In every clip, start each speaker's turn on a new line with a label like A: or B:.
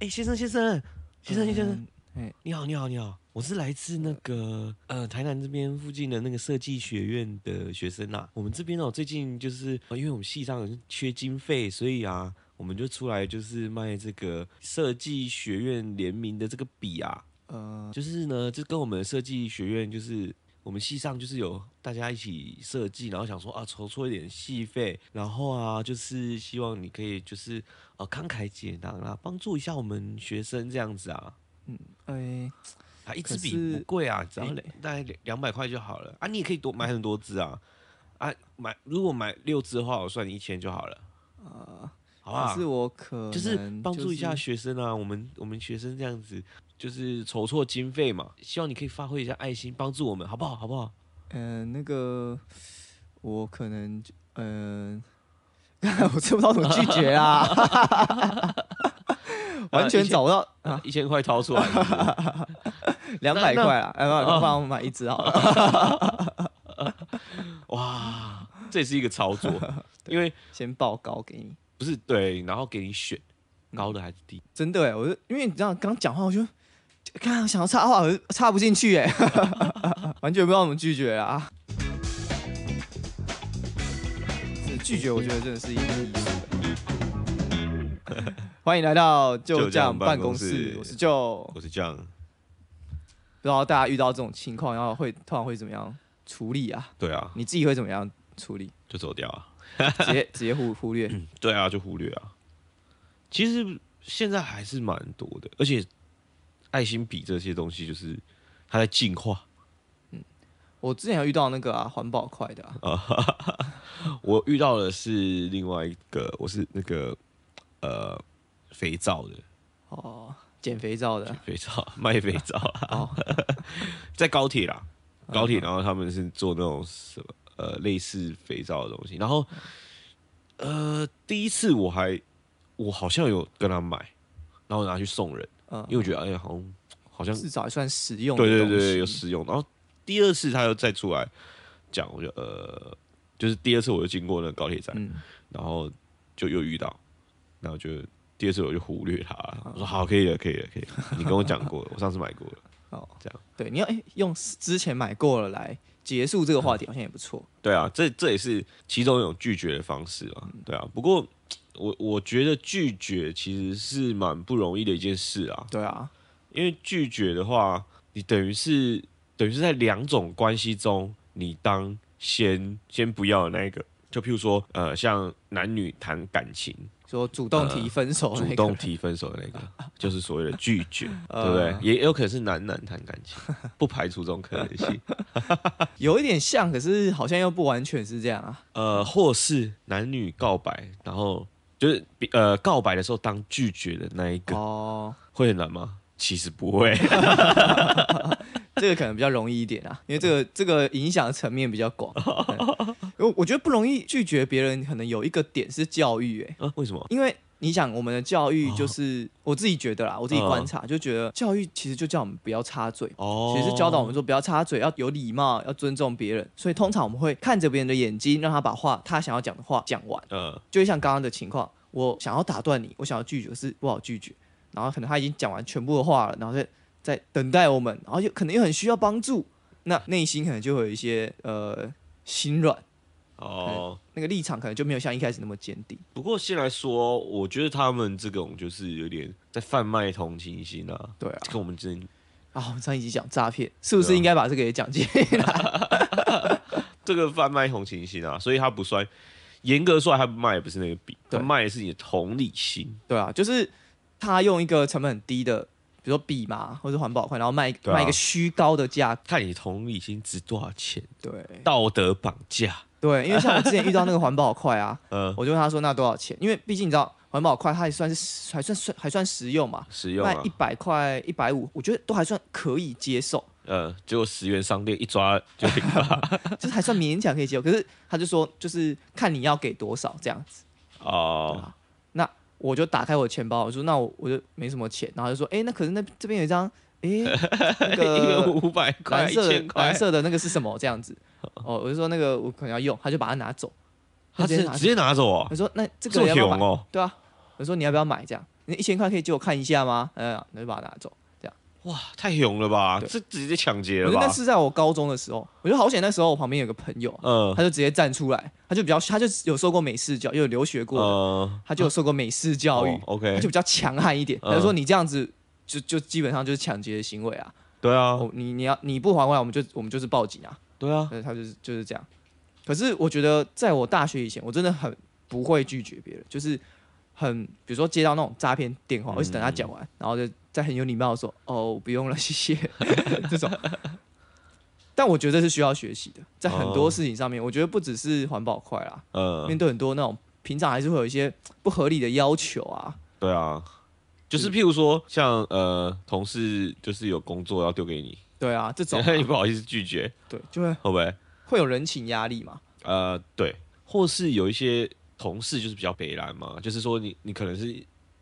A: 哎，先生，先生，先生，先生，
B: 嗯，哎，
A: 你好，你好，你好，我是来自那个呃台南这边附近的那个设计学院的学生啦、我们这边哦，最近就是、呃因为我们系上缺经费，所以啊，我们就出来就是卖这个设计学院联名的这个笔啊，
B: 呃，
A: 就是呢，这跟我们设计学院就是。我们系上就是有大家一起设计，然后想说啊，筹措一点戏费，然后啊，就是希望你可以就是呃慷慨解囊啦，帮助一下我们学生这样子啊。
B: 哎，
A: 啊，一支
B: 可
A: 笔
B: 是
A: 不贵啊，只要
B: 诶
A: 两大概两两百块就好了啊。你也可以多买很多支啊，啊，买如果买六支的话，我算你一千就好了，
B: 啊，
A: 好不
B: 可
A: 好
B: 是？我可能
A: 就是帮助一下
B: 是
A: 学生啊，我们我们学生这样子，就是筹措经费嘛，希望你可以发挥一下爱心，帮助我们，好不好？好不好？
B: 嗯、那个我可能就，嗯、 我知不知道怎么拒绝啊，
A: 呃
B: 完全找不到啊，
A: 一千块掏出来是不是，
B: 两百
A: 那哦
B: 块啊，哎，不不然我买一只好了，
A: 哇，这也是一个操 作，因为
B: 先报高给你。
A: 不是对，然后给你选高的还是低的，
B: 真的哎，我就因为你知道刚讲话，我就刚刚想要插话，我就插不进去哎， 完全不知道怎么拒绝啊。是拒绝，我觉得真的是一个艺术。 欢迎来到就这样办公
A: 就这样办公
B: 室
A: 室，
B: 我是就不
A: 我是这样。
B: 知道大家遇到这种情况，然后会通常会怎么样处理啊？
A: 对啊，
B: 你自己会怎么样处理？
A: 就走掉啊。
B: 直接直接忽忽略，
A: 对啊，就忽略啊。其实现在还是蛮多的，而且爱心笔这些东西就是它在进化
B: 我之前有遇到那个啊环保块的、啊，
A: 啊。哈哈哈我遇到的是另外一个，我是那个呃肥皂的
B: 哦，减肥皂的，啊
A: 肥皂 卖肥皂
B: 哦嗯
A: 啊， 在高铁啦，高铁，然后他们是做那种什么呃类似肥皂的东西，然后呃第一次我还我好像有跟他买，然后拿去送人。
B: 嗯
A: 因为我觉得哎、好像好像
B: 至少还算实用的
A: 对对
B: 东西
A: 对有使用。然后第二次他又再出来讲，我就呃，就是第二次我就经过那个高铁站，
B: 嗯，
A: 然后就又遇到，然后就第二次我就忽略他了。我说好，可以了，可以了，可以了。你跟我讲过了，我上次买过了。
B: 哦，
A: 这样
B: 对，你要、诶用之前买过了来结束这个
A: 嗯
B: 话题，好像也不错。
A: 对啊，这这也是其中一种拒绝的方式啊。
B: 嗯
A: 对啊，不过我我觉得拒绝其实是蛮不容易的一件事啊。
B: 对啊，
A: 因为拒绝的话，你等于是等于是在两种关系中，你当先先不要的那一个。就譬如说，呃，像男女谈感情，
B: 说主动提分手、哦那个
A: 呃主动提分手的那 个，就是所谓的拒绝，对
B: 呃
A: 不对？也有可能是男男谈感 情，不排除这种可能性。
B: 有一点像，可是好像又不完全是这样啊。
A: 呃，或是男女告白，然后就是比呃告白的时候当拒绝的那一个，
B: 哦，
A: 会很难吗？其实不 会，
B: 这个可能比较容易一点啊，因为这个这个影响层面比较 广。嗯我我觉得不容易拒绝别人，可能有一个点是教育、诶，
A: 啊，为什么？
B: 因为。你想，我们的教育
A: 哦
B: 就是、我自己觉得啦，我自己观察、就觉得教育其实就叫我们不要插嘴，
A: 哦，
B: 其实教导我们说不要插嘴，要有礼貌，要尊重别人。所以通常我们会看着别人的眼睛，让他把话他想要讲的话讲完。
A: 呃，
B: 就像刚刚的情况，我想要打断你，我想要拒绝，可是不好拒绝。然后可能他已经讲完全部的话了，然后再在等待我们，然后又可能又很需要帮助，那内心可能就会有一些呃心软，
A: 哦。
B: 那个立场可能就没有像一开始那么坚定。
A: 不过先来说，我觉得他们这种就是有点在贩卖同情心啊，
B: 对啊，
A: 跟我们真
B: 啊，我们上一集讲诈骗，是不
A: 对
B: 是
A: 啊
B: 应该把这个也讲进来？
A: 这个贩卖同情心啊，所以他不算严格说来，他卖的不是那个笔，他
B: 对
A: 卖的是你的同理心。
B: 对啊，就是他用一个成本很低的，比如说笔嘛，或者环保筷，然后卖、
A: 对啊
B: 卖一个虚高的价格。
A: 看你同理心值多少钱，
B: 对
A: 道德绑架，
B: 对，因为像我之前遇到那个环保筷啊，
A: 呃，
B: 我就问他说那多少钱？因为毕竟你知道环保筷它也算是还算算还算实用嘛，
A: 实用
B: 卖
A: 啊
B: 一，百块一百五，我觉得都还算可以接受，
A: 呃，结果十元商店一抓就被
B: 就是还算勉强可以接受。可是他就说就是看你要给多少这样子。
A: 哦，
B: 我就打开我的钱包，我说那我我就没什么钱，然后他就说哎、那可是那这边有一张哎、那
A: 一元
B: 个
A: 五百块，
B: 蓝
A: 一
B: 色的
A: 千块
B: 蓝，色的那个是什么这 样子？哦，我就说那个我可能要用，他就把它拿走，
A: 他
B: 他直接
A: 是
B: 拿
A: 直接拿走哦
B: 我，说那这
A: 这
B: 个
A: 么
B: 要不要买
A: 穷？哦，
B: 对啊，我说你要不要买这样？你一千块可以借我看一下吗？呃，那就把它拿走。
A: 哇，太勇了吧！
B: 对
A: 这直接抢劫
B: 可
A: 了
B: 是那
A: 吧？
B: 是在我高中的时候，我觉得好险，那时候我旁边有个朋友，啊
A: 嗯
B: 他就直接站出来，他就比较，他就有受过美式教，又有留学过的，
A: 呃，
B: 他就有受过美式
A: 哦
B: 教育，
A: o
B: 他
A: k
B: 就比较强悍一点。
A: 嗯
B: 他就说你这样子就就基本上就是抢劫的行为啊！
A: 对啊，
B: 哦，你你要你不还回来，我们就我们就是报警啊！
A: 对啊，
B: 对，他就是就是这样。可是我觉得，在我大学以前，我真的很不会拒绝别人，就是很比如说接到那种诈骗电话，我一直等他
A: 嗯
B: 讲完，然后就再很有礼貌地说：“哦，不用了，谢谢。” 这种。但我觉得这是需要学习的，在很多
A: 哦
B: 事情上面，我觉得不只是环保快啦，
A: 呃
B: 面，对很多那种平常还是会有一些不合理的要求啊，
A: 对啊，就是
B: 嗯
A: 譬如说，像呃，同事就是有工作要丢给你，
B: 对啊，这种啊、
A: 然后 你不好意思拒绝，
B: 对，就会
A: 会不会？
B: 会有人情压力嘛。
A: 呃，对，或是有一些同事就是比较北蓝嘛，就是说你你可能是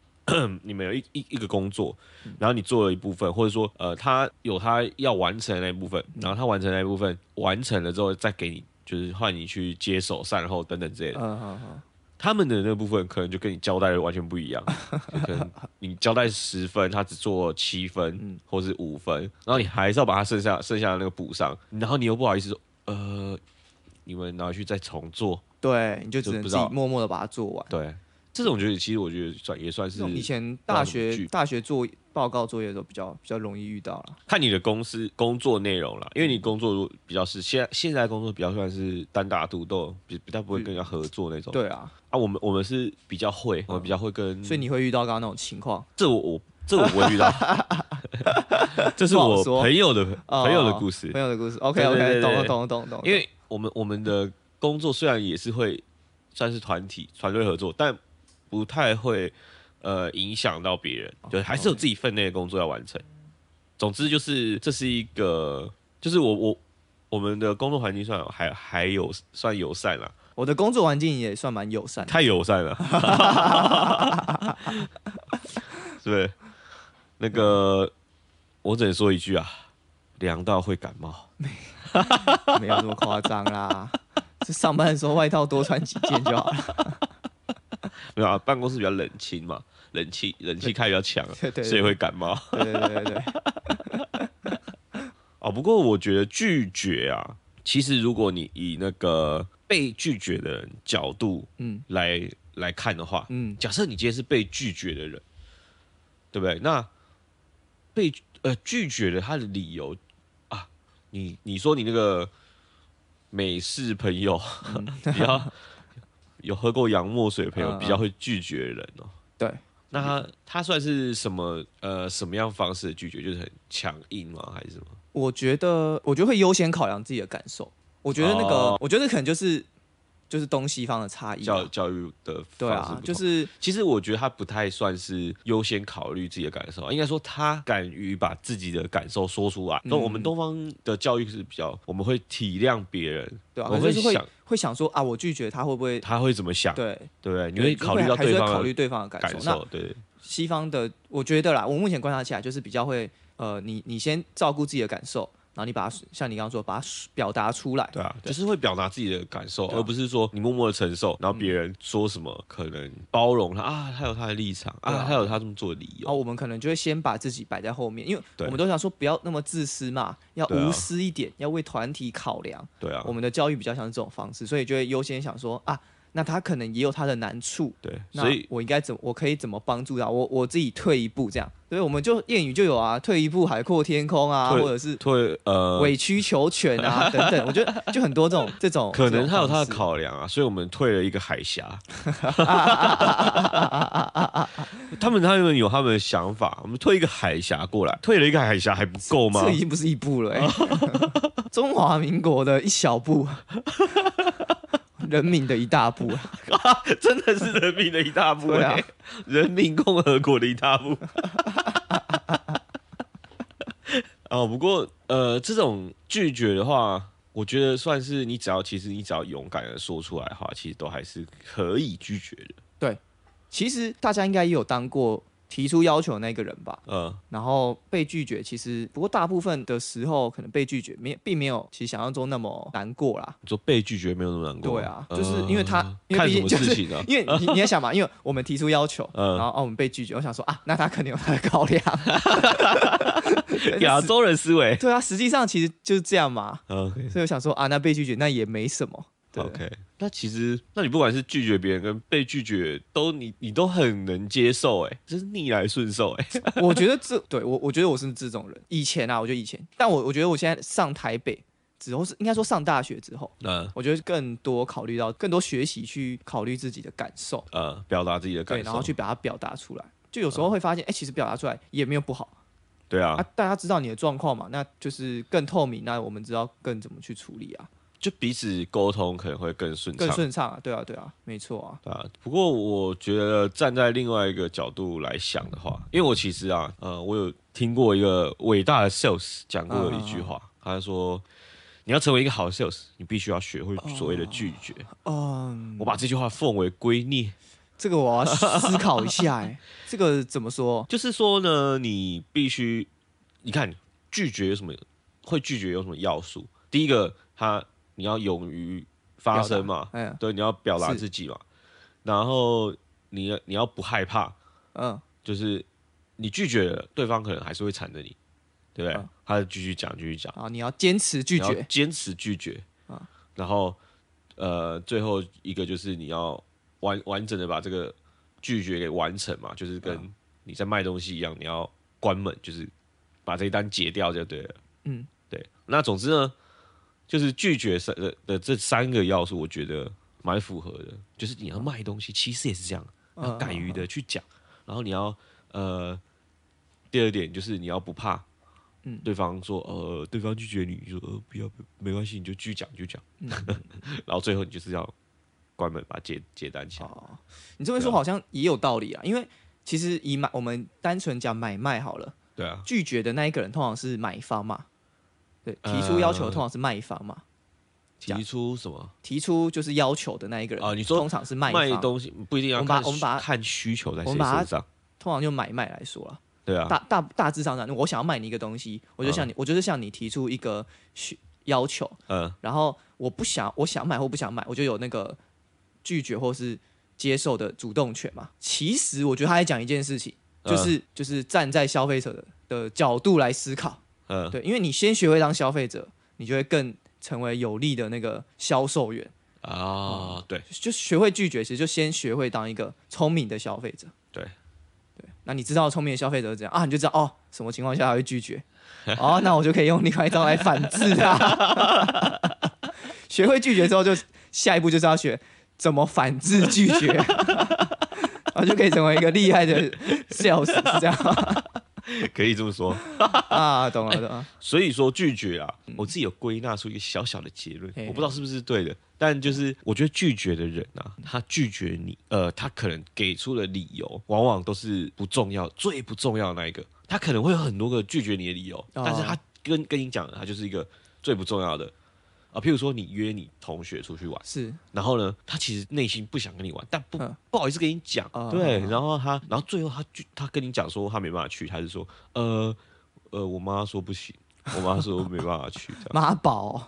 A: 你们有一一一个工作，然后你做了一部分，或者说呃他有他要完成的那一部分，然后他完成的那一部分完成了之后再给你。就是换你去接手、善后等等之类的，
B: 嗯嗯嗯，
A: 他们的那部分可能就跟你交代的完全不一 样，就可能你交代十分，他只做七分、
B: 嗯
A: 或是五分，然后你还是要把他剩下剩下的那个补上，然后你又不好意思说，呃，你们拿去再重做，
B: 对，你就只
A: 就
B: 能
A: 不
B: 自
A: 知道
B: 己默默的把它做完。
A: 对，这种就是其实我觉得算也算
B: 这
A: 是
B: 种以前大
A: 不知道怎么
B: 学
A: 拒
B: 大学做报告作业的时候，比较比较容易遇到了。
A: 看你的公司工作内容啦，因为你工作如果比较是现在现在工作比较算是单打独斗，比比较不会跟人家合作那种。
B: 对啊，
A: 啊，我们我们是比较会，我们比较会跟，
B: 所以你会遇到刚刚那种情况。
A: 这我我这我不会遇到， 这是
B: 不好
A: 我
B: 说
A: 朋友的
B: 哦
A: 朋友的故事
B: 朋，友的故事，OK
A: 对
B: OK，
A: 对对
B: 懂
A: 对
B: 了懂了懂了懂了。
A: 因为我们我们的工作虽然也是会算是团体团队合作，但不太会呃影响到别人，对，还
B: 哦
A: 是有自己分内的工作要完成。总之就是这是一个，就是我我我们的工作环境算有还还有算友善了，
B: 我的工作环境也算蛮友善的。
A: 太友善了， 是不是？那个我只能说一句啊，凉到会感冒。
B: 没有那么夸张啦。 是上班的时候外套多穿几件就好了。
A: 没有啊，办公室比较冷清嘛，冷气冷气开比较强啊，
B: 对对对
A: 所以会感冒
B: 对对对对对，
A: 哦。不过我觉得拒绝啊，其实如果你以那个被拒绝的人角度
B: 嗯
A: 来来看的话，
B: 嗯，
A: 假设你今天是被拒绝的人，对不对？那被呃拒绝的他的理由啊，你你说你那个美式朋友、比较有喝过洋墨水的朋友
B: 嗯嗯嗯嗯
A: 比较会拒绝人哦。
B: 对，
A: 那他他算是什么呃什么样方式的拒绝？就是很强硬吗？还是什么？
B: 我觉得我觉得会优先考量自己的感受。我觉得那个，
A: 哦
B: 我觉得可能就是就是东西方的差异吧。啊
A: 教教育的
B: 对
A: 方式不
B: 啊
A: 同，
B: 就是
A: 其实我觉得他不太算是优先考虑自己的感受，应该说他敢于把自己的感受说出来。
B: 嗯
A: 那、我们东方的教育是比较，我们会体谅别人，
B: 对啊，
A: 我
B: 可
A: 会
B: 是就是
A: 想
B: 会会想说啊，我拒绝他会不会？
A: 他会怎么想，对
B: 对，
A: 不对？你
B: 对
A: 会
B: 就
A: 考虑到
B: 还是
A: 对
B: 会
A: 方
B: 考虑
A: 的
B: 对方的感
A: 感
B: 受。那
A: 受，对，
B: 西方的，我觉得啦，我目前观察起来就是比较会，呃，你你先照顾自己的感受，然后你把它像你刚刚说，把它表达出来。
A: 对啊，
B: 对
A: 就是会表达自己的感受，
B: 对啊
A: 而不是说你默默的承受，然后别人说什么可能包容他啊，他有他的立场
B: 对
A: 啊，
B: 啊
A: 他有他这么做的理
B: 然后
A: 由，
B: 我们可能就会先把自己摆在后面，因为
A: 对
B: 我们都想说不要那么自私嘛，要
A: 对啊
B: 无私一点，要为团体考量。
A: 对啊
B: 我，们的教育比较像是这种方式，所以就会优先想说啊，那他可能也有他的难处，
A: 对，
B: 那
A: 所以
B: 我应该怎么，我可以怎么帮助他？我我自己退一步这样，所以我们就谚语就有啊，退一步海阔天空啊，
A: 退
B: 或者是
A: 退呃，
B: 委曲求全 啊等等，我觉得就很多这种这种，
A: 可能他有他的
B: 这种方式
A: 考量啊，所以我们退了一个海 峡。他们他们有他们的想法，我们退一个海峡过来，退了一个海峡还不够吗
B: 这？已经不是一步了、欸， 中华民国的一小步，人民的一大步啊，
A: 真的是人民的一大步、欸，
B: 对啊
A: 人民共和国的一大步。 哦，不过呃，这种拒绝的话，我觉得算是你只要其实你只要勇敢的说出来的话，其实都还是可以拒绝的。
B: 其实大家应该也有当过提出要求的那个人吧。
A: 呃，
B: 然后被拒绝，其实不过大部分的时候可能被拒绝没并没有其实想象中那么难过啦。
A: 你说被拒绝没有那么难过？嗯
B: 对啊，就是因为他，因为
A: 看
B: 毕
A: 什
B: 竟
A: 么
B: 就
A: 事
B: 是
A: 情 啊？
B: 因为你你要想嘛，因为我们提出要求，
A: 嗯
B: 然后、啊、我们被拒绝，我想说啊，那他肯定有他的 考量。
A: 亚洲人思维。
B: 对啊，实际上其实就是这样嘛，
A: 嗯
B: 所以我想说啊，那被拒绝那也没什么。对
A: ，OK。那其实，那你不管是拒绝别人跟被拒绝，都你你都很能接受，哎，这是逆来顺受，哎，
B: 我觉得这 对我，我觉得我是这种人。以前啊，我觉得以前，但我我觉得我现在上台北之后是，应该说上大学之后，
A: 嗯
B: 我觉得更多考虑到更多学习去考虑自己的感受，
A: 呃，表达自己的感
B: 对，
A: 受，嗯
B: 然后去把它表达出来。就有时候会发现，哎、其实表达出来也没有不好
A: 对啊
B: 啊，大家知道你的状况嘛，那就是更透明，那我们知道更怎么去处理啊，
A: 就彼此沟通可能会更顺畅
B: 更。顺畅啊，对啊，对啊，没错啊，
A: 对啊，不过我觉得站在另外一个角度来想的话，因为我其实啊，呃，我有听过一个伟大的 sales 讲过一句话，他说：“你要成为一个好 sales，你必须要学会所谓的拒绝。
B: 嗯，
A: 我把这句话奉为圭臬，
B: 这个我要思考一下、哎， 这个怎么说？
A: 就是说呢，你必须，你看拒绝有什么，会拒绝有什么要素？第一个，他你要勇于发声嘛，
B: 嗯
A: 对，你要表达哎
B: 是
A: 自己嘛，然后你要你要不害怕，
B: 嗯，
A: 就是你拒绝了，对方可能还是会缠着你，对不对？
B: 嗯
A: 他就继续讲，继续讲，
B: 啊，你要坚持拒
A: 你要
B: 绝，嗯
A: 坚持拒绝然后呃，最后一个就是你要完完整的把这个拒绝给完成嘛，就是跟
B: 嗯
A: 你在卖东西一样，你要关门，就是把这一单结掉就对了。
B: 嗯，
A: 对。那总之呢，就是拒绝三呃的的这三个要素，我觉得蛮符合的。就是你要卖东西，其实也是这样，
B: 嗯
A: 要敢于的去讲，然后你要呃，第二点就是你要不怕。
B: 嗯
A: 对方说，呃，对方拒绝你，你说呃不要，不没关系，你就继续讲，继续讲，
B: 嗯
A: 然后最后你就是要关门，把结结单起来。
B: 哦，你这么一说好像也有道理啊，因为其实以买我们单纯讲买卖好了，
A: 对啊，
B: 拒绝的那一个人通常是买方嘛，对，提出要求
A: 呃
B: 的通常是卖方嘛，
A: 提出什么
B: 提出就是要求的那一个人
A: 啊你说
B: 通常是哦卖
A: 卖
B: 方，
A: 东西不一定要
B: 我们把
A: 看
B: 我们把它
A: 看需求在谁
B: 我们把它
A: 身上，
B: 通常就买卖来说啦，
A: 对啊，
B: 大大大致上讲，我想要卖你一个东西，我就向你，我就是向你提出一个需要求，
A: 嗯
B: 然后我不想我想买或不想买，我就有那个拒绝或是接受的主动权嘛。其实我觉得他在讲一件事情，
A: 嗯
B: 就是、就是站在消费者的的角度来思考，
A: 嗯，
B: 对，因为你先学会当消费者，你就会更成为有力的那个销售员。
A: 啊，对
B: 就学会拒绝，其实就先学会当一个聪明的消费者。
A: 对
B: 对，那你知道聪明的消费者是怎样啊？你就知道哦，什么情况下他会拒绝。哦，那我就可以用另外一招来反制他。 学会拒绝之后就，下一步就是要学怎么反制拒绝， 然后就可以成为一个厉害的 sales，是这样吗
A: 可以这么说。
B: 啊？懂了，懂了。
A: 所以说拒绝啊，我自己有归纳出一个小小的结论，
B: 嘿
A: 我不知道是不是对的，但就是我觉得拒绝的人啊，他拒绝你，呃，他可能给出的理由往往都是不重要、最不重要的那一个，他可能会有很多个拒绝你的理由，
B: 哦
A: 但是他跟跟你讲的，他就是一个最不重要的啊，譬如说你约你同学出去玩。
B: 是
A: 然后呢，他其实内心不想跟你玩，但不、
B: 嗯
A: 不好意思跟你讲，
B: 啊
A: 对。
B: 啊啊
A: 然后他，然后最后他就他跟你讲说他没办法去，他就说呃呃，我妈说不行，我妈说没办法去， 这样
B: 妈宝，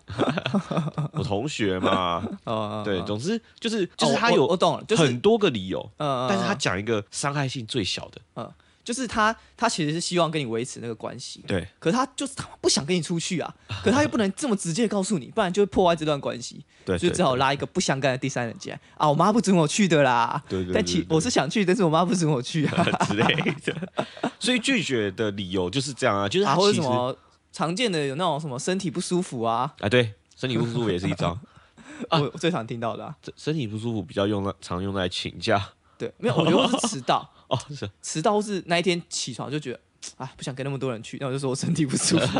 A: 我同学嘛，
B: 呃，
A: 对，
B: 哦
A: 总之就是就是他
B: 我
A: 有
B: 我我懂了，就是
A: 很多个理由，
B: 呃，
A: 但是他
B: 嗯
A: 讲一个伤害性最小的，
B: 就是他，他其实是希望跟你维持那个关系，
A: 对
B: 可是他就是他妈不想跟你出去啊，可是他又不能这么直接地告诉你，不然就会破坏这段关系，
A: 对，
B: 就
A: 对
B: 只好
A: 对
B: 拉一个不相干的第三人进来啊。我妈不准我去的啦，
A: 对对对
B: 但其
A: 对对
B: 我是想去，但是我妈不准我去啊，
A: 之类 的，所以拒绝的理由就是这样啊，就是
B: 啊
A: 他
B: 或者
A: 其
B: 什
A: 实啊
B: 么常见的有那种什么身体不舒服啊，
A: 对，身体不舒服也是一招，
B: 我我最常听到的、啊，
A: 这身体不舒服比较用在常用在请假
B: 对，没有，我觉得我是迟到，
A: 哦，是
B: 迟到或是那一天起床就觉得。啊，不想跟那么多人去，那我就说我身体不舒 服，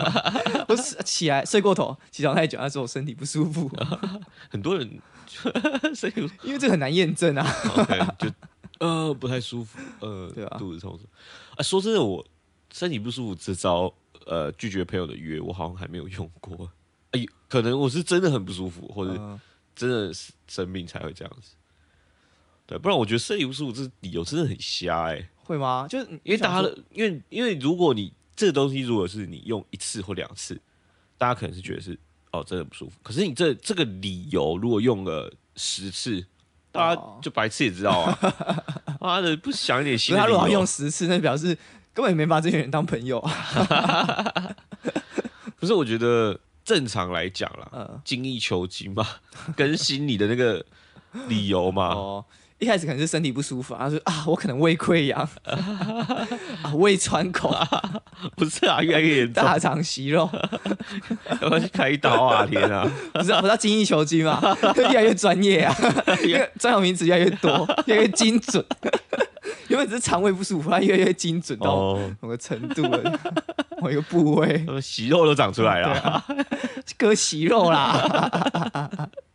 B: 我是起来睡过头，起床太久，他说我身体不 舒服，
A: 很多人 所以
B: 因为这个很难验证啊。
A: OK 就呃不太舒服，呃
B: 对啊
A: 肚子痛啊。说真的，我身体不舒服这招，呃拒绝朋友的约，我好像还没有用过。哎、啊可能我是真的很不舒服，或者
B: 嗯
A: 真的是生病才会这样子。对，不然我觉得设立无实物这理由真的很瞎哎、
B: 会吗？就是
A: 因为大家
B: 的
A: 的，因为因为如果你这个东西如果是你用一次或两次，大家可能是觉得是哦真的不舒服，可是你这这个理由如果用了十次，大家
B: 哦
A: 就白痴也知道啊， 妈的不想一点新
B: 所
A: 的
B: 以哦他
A: 理
B: 如果要
A: 由
B: 用，十次，那表示根本也没把这些人当朋友啊。
A: 可是我觉得正常来讲啦，
B: 呃，
A: 精益求精嘛，更新你的那个理由嘛。
B: 哦，一开始可能是身体不舒服啊，他说啊，我可能胃溃疡， 啊，胃 穿孔，
A: 不是啊，越来越严 重，
B: 大肠息肉，
A: 要不要去开刀啊？天啊！
B: 不是、啊、不是要精益求精嘛， 越来越专业啊， 因
A: 哎
B: 为专有名词越来越多，越来越精准。原本只是肠胃不舒服，它越来越精准到
A: 哦，
B: 某个程度了，某一个部位
A: 他们息哦肉都长出来了。
B: 割息肉啦。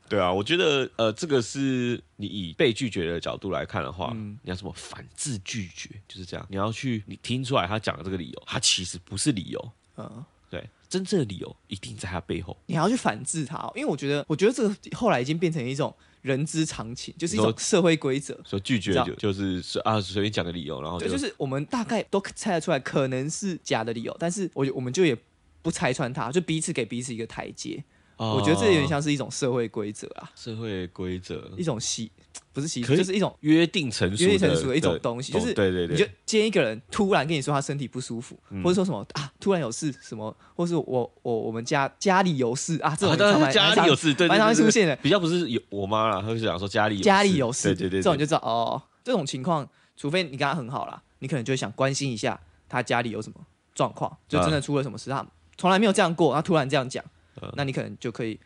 A: 对啊，我觉得呃，这个是你以被拒绝的角度来看的话，
B: 嗯
A: 你要什么反制拒绝，就是这样。你要去，你听出来他讲的这个理由，他其实不是理由，
B: 嗯，
A: 对，真正的理由一定在他背后。
B: 你还要去反制它哦、因为我觉得，我觉得这个后来已经变成一种人之常情，就是一
A: 你
B: 种
A: 说
B: 社会规则。
A: 所以拒绝
B: 这样
A: 就就是随啊随便讲个理由，然后
B: 对，就是我们大概都猜得出来，可能是假的理由，但是我我们就也不拆穿它，就彼此给彼此一个台阶。
A: 哦
B: 我觉得这有点像是一种社会规则啊，
A: 社会规则
B: 一种习，不是习俗，
A: 可以
B: 就是一种
A: 约定成熟
B: 约定成熟的一种东西就是
A: 对对嗯
B: 你就
A: 对，
B: 见一个人突然跟你说他身体不舒服，或者说什么啊，突然有事什么，或是我我我们家家里有事啊，这种
A: 啊
B: 也常
A: 当
B: 蛮、
A: 然家里有事，对，
B: 蛮
A: 对
B: 常
A: 对
B: 出
A: 对
B: 现的。
A: 比较不是有我妈啦，她就讲说家里有
B: 家里有
A: 对
B: 事，
A: 对对，
B: 这种
A: 对
B: 就知道哦。这种情况，除非你跟他很好啦，你可能就会想关心一下他家里有什么状况，就真的出了什么事，他从来没有这样过，他突然这样讲，
A: 嗯
B: 那你可能就可以，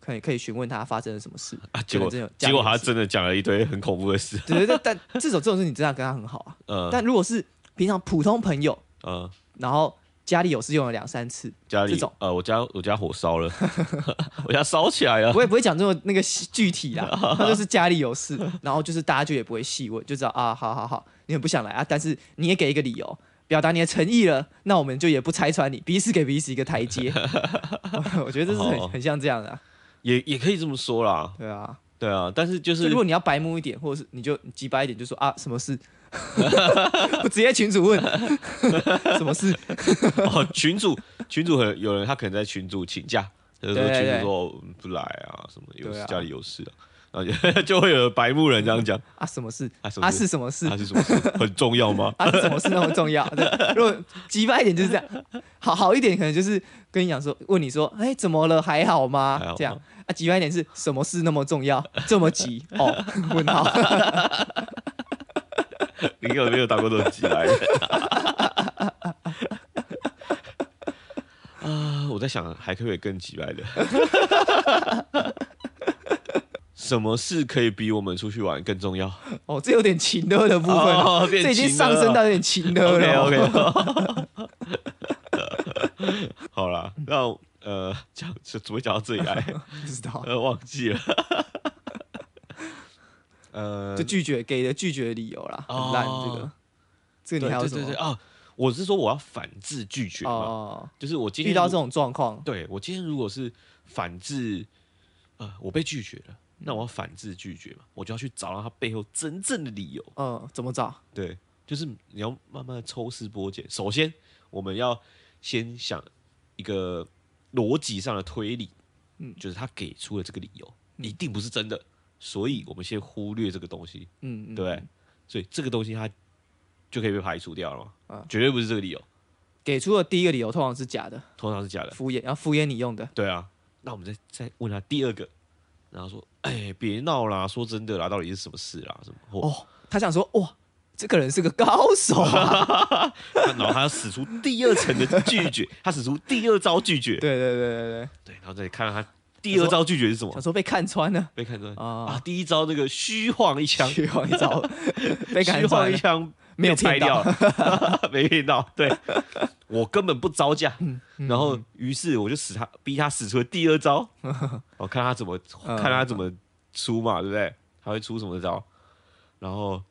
B: 可以可以询问他发生了什么事。
A: 啊，结果
B: 可能真的有
A: 结
B: 家里
A: 果
B: 有
A: 她
B: 事
A: 真的讲了一堆很恐怖的事，
B: 对对对，但这种这种事你真的要跟他很好啊。
A: 呃
B: 但如果是平常普通朋友，
A: 呃，
B: 然后家里有事用了两三次，
A: 家里
B: 这种
A: 呃，我家我家火烧了， 我家烧起 来了
B: 不，会不会讲这么那个细具体啦， 他就是家里有事，然后就是大家就也不会细问，就知道啊，好好好，你很不想来啊，但是你也给一个理由，表达你的诚意了，那我们就也不拆穿你，彼此给彼此一个 台阶。我觉得这是
A: 好
B: 很很像这样的啊、
A: 也也可以这么说啦，
B: 对啊。
A: 对啊，但是就是
B: 就如果你要白目一点，或者是你就急白一点，就说啊什么事， 我直接群主问什么事，
A: 哦，群主群主很有人他可能在群主请假，他就说
B: 对对
A: 群主
B: 对
A: 说哦不来啊，什么有
B: 对
A: 事
B: 啊
A: 家里有事啊，然后就 就会有白目人这样讲，
B: 啊什么事，
A: 啊什么
B: 啊
A: 事
B: 是什么事
A: 他，是什么事很重要吗？
B: 啊，什么事那么重要？对，如果急败一点就是这样，好好一点可能就是跟你讲说，问你说，哎、怎么了？还好吗？
A: 还好吗
B: 这样啊，急败一点是什么事那么重要？这么急哦？ 问号？
A: 你有没有打过这种鸡来？ 啊，我在想还可不可以更鸡来的？什么事可以比我们出去玩更重要
B: 哦，这有点情的的部分哦，
A: 哦变
B: 这已经
A: 情勒
B: 上
A: 了
B: 升到有点情的了。哦
A: ？OK OK，好啦，那呃，讲怎么会讲到这里来？
B: 不知道，
A: 呃，忘记 了。呃
B: 就，拒绝给的拒绝的理由啦，很
A: 哦
B: 烂这个，这个
A: 对
B: 你还有
A: 对
B: 什
A: 对
B: 么
A: 对？啊，我是说我要反制拒绝嘛，
B: 哦，
A: 就是我今天
B: 遇到
A: 如
B: 这种状况，
A: 对我今天如果是反制，呃，我被拒绝了，那我要反制拒绝嘛，我就要去找到他背后真正的理由。
B: 嗯，怎么找？
A: 对，就是你要慢慢地抽丝剥茧。首先，我们要先想一个逻辑上的推理，嗯，就是他给出了这个理由，
B: 嗯
A: 一定不是真的，所以我们先忽略这个东西，
B: 嗯，嗯
A: 对不对？所以这个东西它就可以被排除掉了嘛，
B: 啊
A: 绝对不是这个理由，
B: 给出的第一个理由通常是假的，
A: 通常是假的。
B: 敷衍，要敷衍你用的。
A: 对啊，那我们再再问他第二个，然后说，哎，别闹啦，说真的啦，到底是什么事啦？什么？或
B: 哦，他想说，哇，这个人是个高手 啊！
A: 他然后他要使出第二层的拒 绝，他使出第二招拒绝
B: 对，对对对
A: 对，然后再看看他第二招拒绝是什
B: 对，
A: 么
B: 想，说被看穿了
A: 被看出来啊，
B: 啊，
A: 第一招那个虚晃一枪，
B: 虚晃一 招，被看
A: 虚晃
B: 穿
A: 一
B: 了，
A: 枪
B: 没有
A: 被拆
B: 骗到
A: 掉，了， 没骗到， 对我根本不招架，
B: 嗯
A: 然后于是我就使他逼他使出了第二 招，我看他怎么
B: 嗯
A: 看他怎么出嘛，对不对？他会出什么招？然后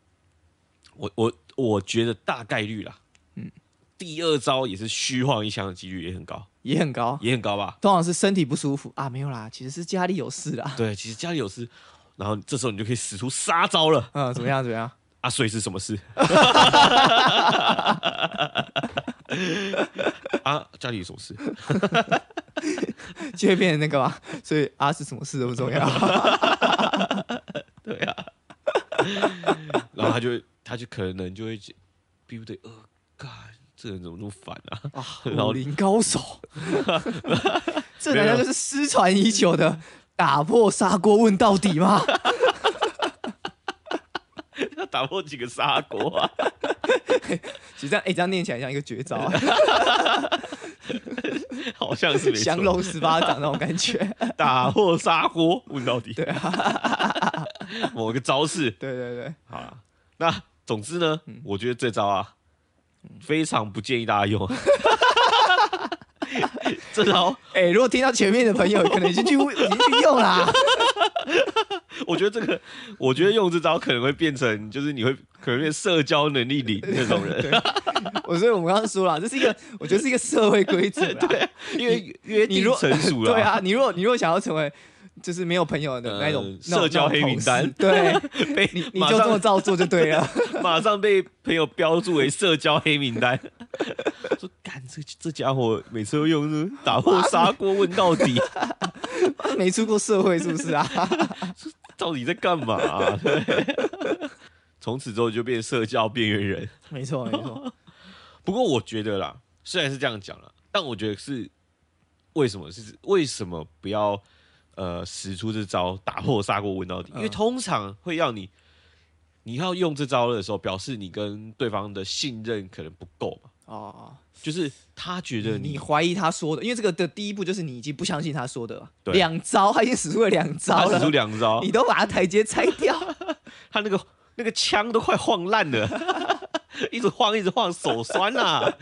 A: 我我我觉得大概率啦，
B: 嗯
A: 第二招也是虚晃一枪的几率也很高，
B: 也很高。
A: 也很高吧？
B: 通常是身体不舒服啊，没有啦，其实是家里有事啦。
A: 对，其实家里有事，然后这时候你就可以使出杀招了。
B: 嗯，怎么样？怎么样？
A: 啊，所以是什么事？ 啊，家里有什么事？
B: 就会变成那个嘛。所以啊，是什么事都不重 要。
A: 对啊，然后他就他就可能就会逼不得，呃，干，这人怎么那么烦啊？
B: 啊，
A: 然后
B: 武林高手， 这难道就是失传已久的打破砂锅问到底吗？
A: 要打破几个砂锅啊？
B: 其实这样，哎、这样念起来像一个绝招、 啊，
A: 好像是没
B: 降
A: 错，
B: 龙十八掌那种感觉。
A: 打破砂锅问到底。
B: 对
A: 啊， 某个招式。
B: 对对对，
A: 好了，那总之呢，我觉得这招啊，非常不建议大家用。这招
B: 哎、如果听到前面的朋友，可能已经去已经去用啦。
A: 我觉得这个，我觉得用这招可能会变成，就是你会可能变社交能力零那种人，
B: 我所以我们刚刚说了，这是一个，我觉得是一个社会规则啦。 对
A: 因为约
B: 你
A: 定
B: 如
A: 成熟了。
B: 对，啊，你如果你如果想要成为就是没有朋友的那种、
A: 呃
B: 那种
A: 社交黑名单
B: 那种 同事
A: 被
B: 对，你
A: 马
B: 就这么
A: 上
B: 照做就对了。
A: 马上被朋友标注为社交黑名单，说干这这家伙每次都用这打破砂锅问到底，
B: 没出过社会是不是啊？
A: 到底在干嘛、啊？ 对从此之后就变社交边缘人。
B: 没错 没错，
A: 不过我觉得啦，虽然是这样讲啦，但我觉得是为什么是为什么不要呃使出这招打破砂锅问到底？因为
B: 嗯
A: 通常会让你你要用这招的时候，表示你跟对方的信任可能不够嘛，
B: 哦，
A: 就是他觉得
B: 你
A: 你
B: 怀疑他说的，因为这个的第一步就是你已经不相信他说的了。
A: 对
B: 两招他已经使出了两招
A: 他使
B: 了
A: 出，两招
B: 你，都把他台阶拆掉，
A: 他那个那个枪都快晃烂了， 一直晃一直晃，手酸呐、 啊。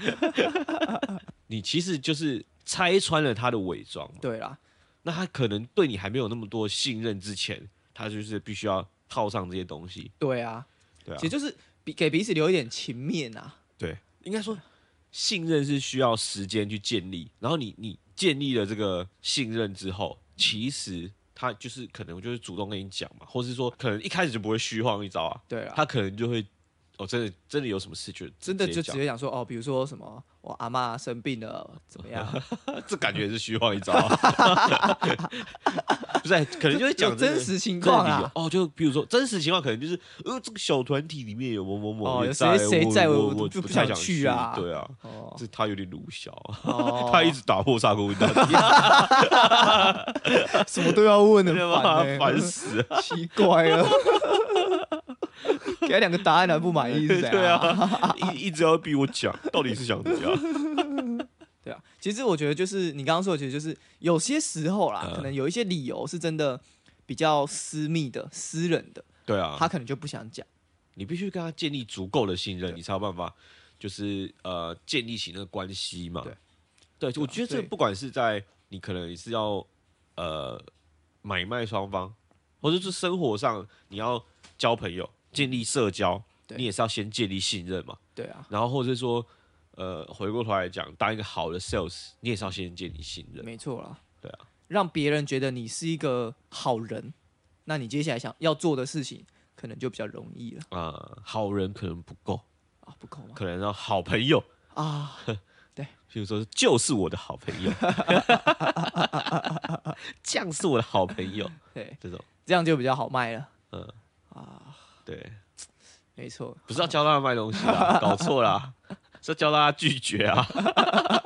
A: 你其实就是拆穿了他的伪装嘛。
B: 对啦，
A: 那他可能对你还没有那么多信任之前，他就是必须要套上这些东西。
B: 对啊，
A: 对啊
B: 其实，就是比给彼此留一点情面啊。
A: 对，应该说信任是需要时间去建立，然后你你建立了这个信任之后，其实他就是可能就是主动跟你讲嘛，或是说可能一开始就不会虚晃一招啊，
B: 对啊，
A: 他可能就会哦，真的真的有什么事就
B: 真的就
A: 直
B: 直
A: 接
B: 接讲说哦，比如说什么我阿嬷生病了，怎么样？
A: 讲，这感觉也是虚晃一招、啊 不是，可能就会
B: 有
A: 讲
B: 真
A: 这个
B: 实情况
A: 这个理
B: 啊
A: 由。哦，就比如说真实情况，可能就是呃，这个小团体里面有某某某
B: 哦
A: 也
B: 有谁谁在
A: 我
B: 我
A: 我
B: 我就
A: 不
B: 不
A: 太
B: 想
A: 去
B: 去啊
A: 对啊，
B: 哦，
A: 这他有点鲁小，
B: 哦
A: 他一直打破砂锅问到底，
B: 哦什么都要 问， 很
A: 真的吗
B: 烦、欸，
A: 烦死了。
B: 奇怪了。给他两个答案还不满意是怎 样？
A: 对，啊，一一直要逼我讲，到底是想怎样？
B: 对啊。其实我觉得就是你刚刚说的，其实就是有些时候啦，
A: 嗯
B: 可能有一些理由是真的比较私密的、私人的，
A: 对啊，
B: 他可能就不想讲。
A: 你必须跟他建立足够的信任，你才有办法，就是呃，建立起那个关系嘛。对，我觉得这
B: 啊所
A: 个
B: 以
A: 不管是在你可能是要呃买卖双方，或者是生活上你要交朋友、建立社交，
B: 嗯对
A: 你也是要先建立信任嘛。
B: 对啊，
A: 然后或者是说，呃，回过头来讲，当一个好的 sales，你也是要先建立信任。
B: 没错啦。
A: 对啊，
B: 让别人觉得你是一个好人，那你接下来想要做的事情可能就比较容易了
A: 啊、好人可能不够，
B: 啊，不够吗？
A: 可能要好朋友，
B: 啊，
A: 譬如说就是我的好朋友， 酱是我的好朋友，
B: 对，
A: 这种
B: 这样就比较好卖了。
A: 对。
B: 没错，
A: 不是要教大家卖东西 啦，搞错啦，是要教大家拒绝啊。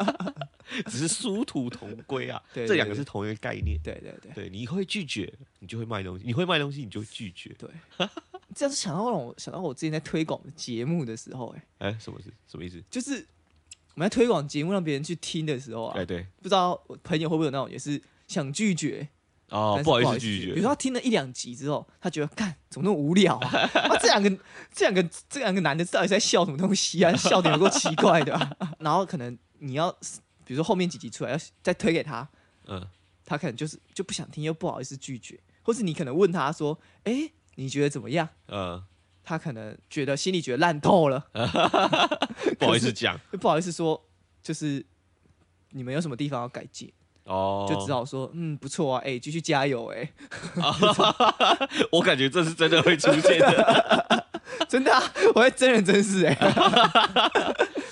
A: 只是殊途同归啊，
B: 对对
A: 这两个是同一个概念。
B: 对对对。
A: 对，你会拒绝，你就会卖东西；你会卖东西，你就会拒绝。
B: 对，这样想到让我想到我之前在推广节目的时候、欸，哎，
A: 哎，什么是什么意思？
B: 就是我们在推广节目让别人去听的时候啊
A: 哎，，对，
B: 不知道我朋友会不会有那种也是想拒绝，但
A: 哦，
B: 是
A: 不
B: 不
A: 好意
B: 好
A: 思
B: 意思
A: 拒
B: 比
A: 绝。
B: 如说他听了一两集之后，他觉得干怎么那么无聊 啊？啊这两个这两个这两个男的到底在笑什么东西啊？ 笑点有够奇怪的啊、 然后可能你要比如说后面几集出来要再推给他，
A: 嗯，
B: 他可能就是就不想听，又不好意思拒绝，或是你可能问他说，哎、你觉得怎么样？
A: 呃，
B: 他可能觉得心里觉得烂透 了，
A: 不好意思讲，
B: 就不好意思说，就是你们有什么地方要改进，
A: 哦，
B: 就只好说嗯不错啊，哎、继续加油哎、
A: 我感觉这是真的会出现的。
B: 真的、啊， 我在真人真事哎、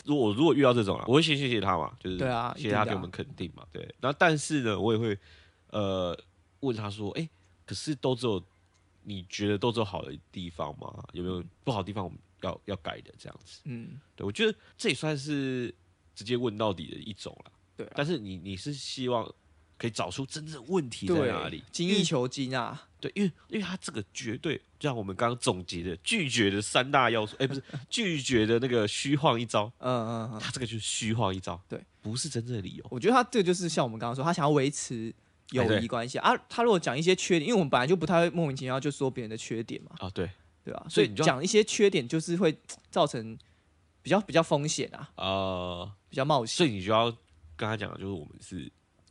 A: 如果如果遇到这种啊，我会先谢谢他嘛，就是
B: 对啊
A: 谢谢他
B: 一定的啊
A: 给我们肯定嘛，对。然后但是呢，我也会呃问他说，哎、可是都只有你觉得都只有好的地方吗？有没有不好的地方我们要要改的这样子？
B: 嗯，
A: 对我觉得这也算是直接问到底的一种了。
B: 对啊
A: 但是你你是希望可以找出真正问题在
B: 对
A: 哪里？，
B: 精益求精啊，
A: 对，因为因为他这个绝对，就像我们刚刚总结的，拒绝的三大要素，哎、不是 拒绝的那个虚晃一招，
B: 嗯嗯嗯，
A: 他这个就是虚晃一招，
B: 对，
A: 不是真正的理由。
B: 我觉得他这个就是像我们刚刚说，他想要维持友
A: 哎对
B: 谊关系啊。他如果讲一些缺点，因为我们本来就不太会莫名其妙就说别人的缺点嘛，
A: 啊，对
B: 对吧、
A: 所
B: 所
A: 以
B: 以
A: 你就要
B: 讲一些缺点就是会造成比较比较风险啊，
A: 啊、
B: 比较冒
A: 所
B: 险。
A: 以你就要跟他讲，就是我们是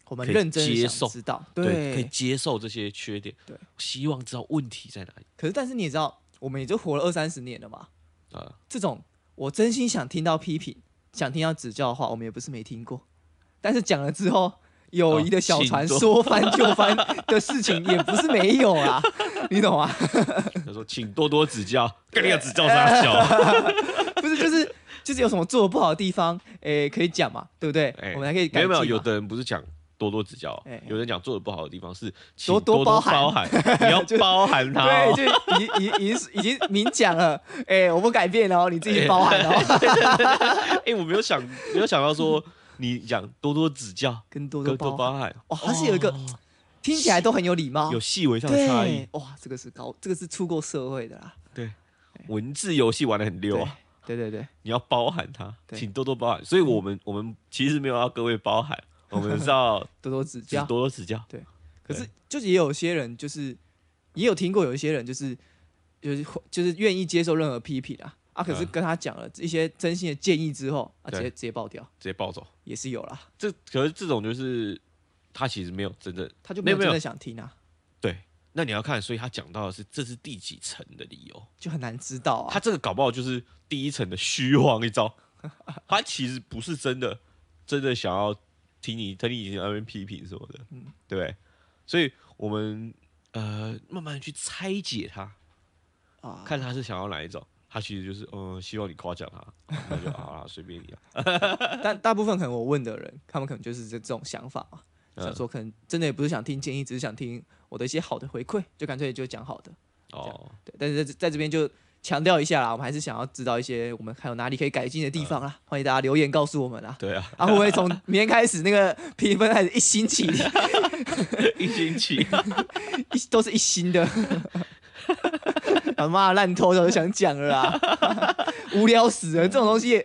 B: 我们
A: 可以
B: 认真地
A: 接
B: 想
A: 受
B: 知道，
A: 可以接受这些缺点，
B: 对，
A: 希望知道问题在 哪里
B: 可是但是你也知道，我们也就活了二三十年了嘛，
A: 啊、
B: 这种我真心想听到批评、想听到指教的话，我们也不是没听过。但是讲了之后，友谊的小船
A: 哦请
B: 说 翻就翻的事情也不是没有 啊，你懂吗？
A: 他说，请多多指 教，跟你个指教啥小？
B: 不是，就是就是有什么做的不好的地方，诶、可以讲嘛，对不对？
A: 哎
B: 我们还可以
A: 没
B: 改
A: 有
B: 进
A: 没
B: 嘛。
A: 有，有的人不是讲。多多指教，
B: 哎
A: 有人讲做的不好的地方是，请
B: 多
A: 多
B: 多包
A: 包
B: 涵
A: 涵，你 要包涵他、哦，
B: 对，就已已已经已经明讲了，哎、我不改变哦，你自己包涵 哦，
A: 哎、我没有想，没有想到说你讲多多指教，
B: 跟多多
A: 多
B: 包
A: 多
B: 涵。
A: 包涵，哦
B: 哇，它是有一个、听起来都很有礼貌，
A: 有细微上的差异
B: 对。，哇，这个是高，这个是出过社会的啦。
A: 对，文字游戏玩的很溜啊，
B: 对对对，
A: 你要包含它，
B: 对
A: 请多多包涵。所以我们我们其实没有要各位包涵，我 们是要
B: 多多指
A: 只
B: 教。
A: 多多指教。
B: 可是就是也有些人，就是也有听过有一些人、就是，就是就是愿意接受任何批评啊啊，可是
A: 嗯
B: 跟他讲了一些真心的建议之后啊，直
A: 对
B: 接直接爆掉
A: 直接暴走。
B: 也是有啦，
A: 这可是这种就是他其实没有真正
B: 他就
A: 没
B: 没
A: 有
B: 有
A: 没有
B: 真的想听啊，
A: 对。那你要看，所以他讲到的是这是第几层的理由，
B: 就很难知道
A: 他
B: 啊。
A: 这个搞不好就是第一层的虚晃一 招，他其实不是真的真的想要听你听你那边批评什么的，对不对？所以我们呃慢慢去拆解他，
B: 啊，
A: 看他是想要哪一种。他其实就是嗯、呃希望你夸奖 他，那就好啦，随便你啊。
B: 但大部分可能我问的人，他们可能就是这这种想法嘛，
A: 嗯
B: 想说可能真的也不是想听建议，只是想听我的一些好的回馈，就干脆就讲好的。
A: 哦，
B: 对，但是在在这边就强调一下啦，我们还是想要知道一些我们还有哪里可以改进的地方啦，欢迎大家留言告诉我们啦。
A: 对啊，
B: 啊，会不会从明天开始那个评分开始一星起，
A: 一星期
B: 一都是一星的？ 啊妈，烂透了，我都想讲了啦，无聊死了，这种东西也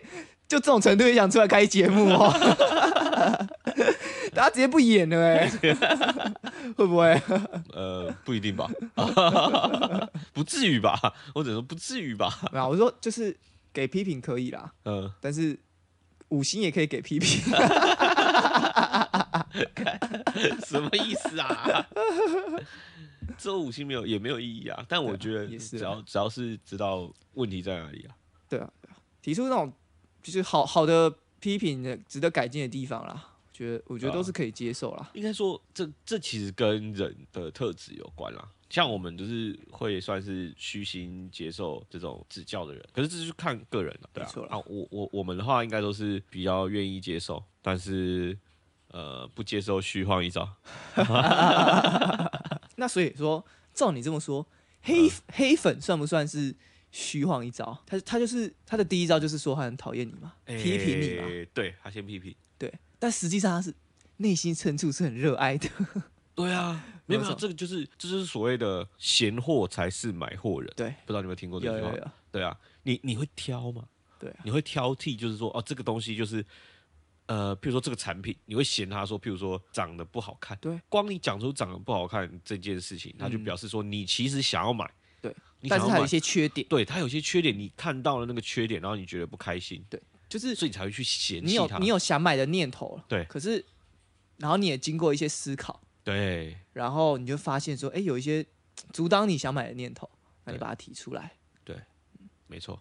B: 就这种程度也想出来开节目哦， 大家直接不演了哎、 会不会？
A: 呃不一定 吧，不至于吧？我只能说不至于吧。
B: 没有，啊我说就是给批评可以啦，
A: 嗯，
B: 但是五星也可以给批评。
A: 什么意思啊？ 这五星没有也没有意义啊。但我觉得
B: 也是
A: 只
B: 啊
A: 要只要是知道问题在哪里啊，
B: 对啊，对啊提出那种就是好好的批评的、值得改进的地方啦，我觉得我觉
A: 对
B: 得
A: 啊
B: 都是可以接受啦。
A: 应该说这这其实跟人的特质有关啦。像我们就是会算是虚心接受这种指教的人，可是这就看个人了、对啊
B: 没错。啦
A: 啊，我我我们的话应该都是比较愿意接受，但是呃不接受虚晃一招。
B: 那所以说，照你这么说，
A: 啊
B: 黑、黑粉算不算是虚晃一招？他他就是他的第一招就是说他很讨厌你嘛， 批评你嘛，
A: 诶哎对他先批评。
B: 对。但实际上他是内心深处是很热爱的，
A: 对啊，没有没有，
B: 没有
A: 这个就是这就是所谓的闲货才是买货人。
B: 对，
A: 不知道你有没有听过这
B: 有
A: 句话？
B: 有有，
A: 对啊，你你会挑嘛？
B: 对啊
A: 你会挑剔，就是说哦，这个东西就是，呃，譬如说这个产品，你会嫌它说，譬如说长得不好看，
B: 对，
A: 光你讲出长得不好看这件事情，它就
B: 嗯
A: 表示说你其实想要买，
B: 对，
A: 你
B: 但
A: 想
B: 是
A: 要
B: 他有
A: 买
B: 一，些缺点，
A: 对它有些缺点，你看到了那个缺点，然后你觉得不开心，
B: 就是
A: 所以你才会去嫌
B: 你
A: 弃
B: 有
A: 它，
B: 你有想买的念头了，
A: 对
B: 可是然后你也经过一些思考。
A: 对
B: 然后你就发现说，哎，有一些阻挡你想买的念头，那你
A: 对
B: 把它提出来。
A: 没错，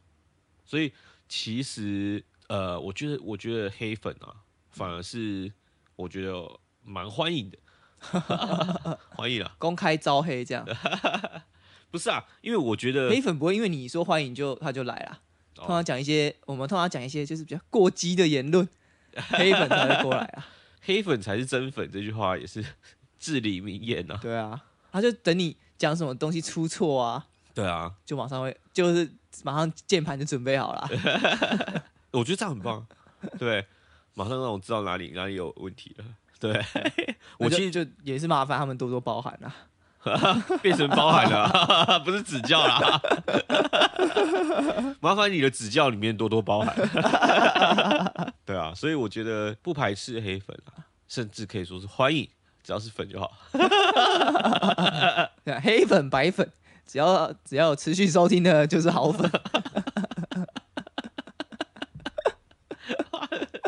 A: 所以其实呃，我觉得我觉得黑粉啊，反而是我觉得蛮欢迎的， 欢迎啦。啊
B: 公开招黑 这样，
A: 不是啊，因为我觉得
B: 黑粉不会因为你说欢迎就他就来啦。
A: 哦
B: 通常讲一些，我们通常讲一些就是比较过激的言 论，黑粉才会过来啊。
A: 黑粉才是真粉这句话也是 至理名言啊。
B: 对啊，他就等你讲什么东西出错啊，
A: 对啊，
B: 就马上会就是马上键盘就准备好了 啊。
A: 我觉得这样很棒，啊对，马上让我知道哪里哪里有问题了。对， 我
B: 那就
A: 其实
B: 就也是麻烦他们多多包涵啊啦、
A: 变成包含了 啊，不是指教啦。 麻烦你的指教里面多多包涵。 对啊，所以我觉得不排斥黑粉啊，甚至可以说是欢迎，只要是粉就好。
B: 对啊，黑粉白粉，只要只要有持续收听的，就是好粉。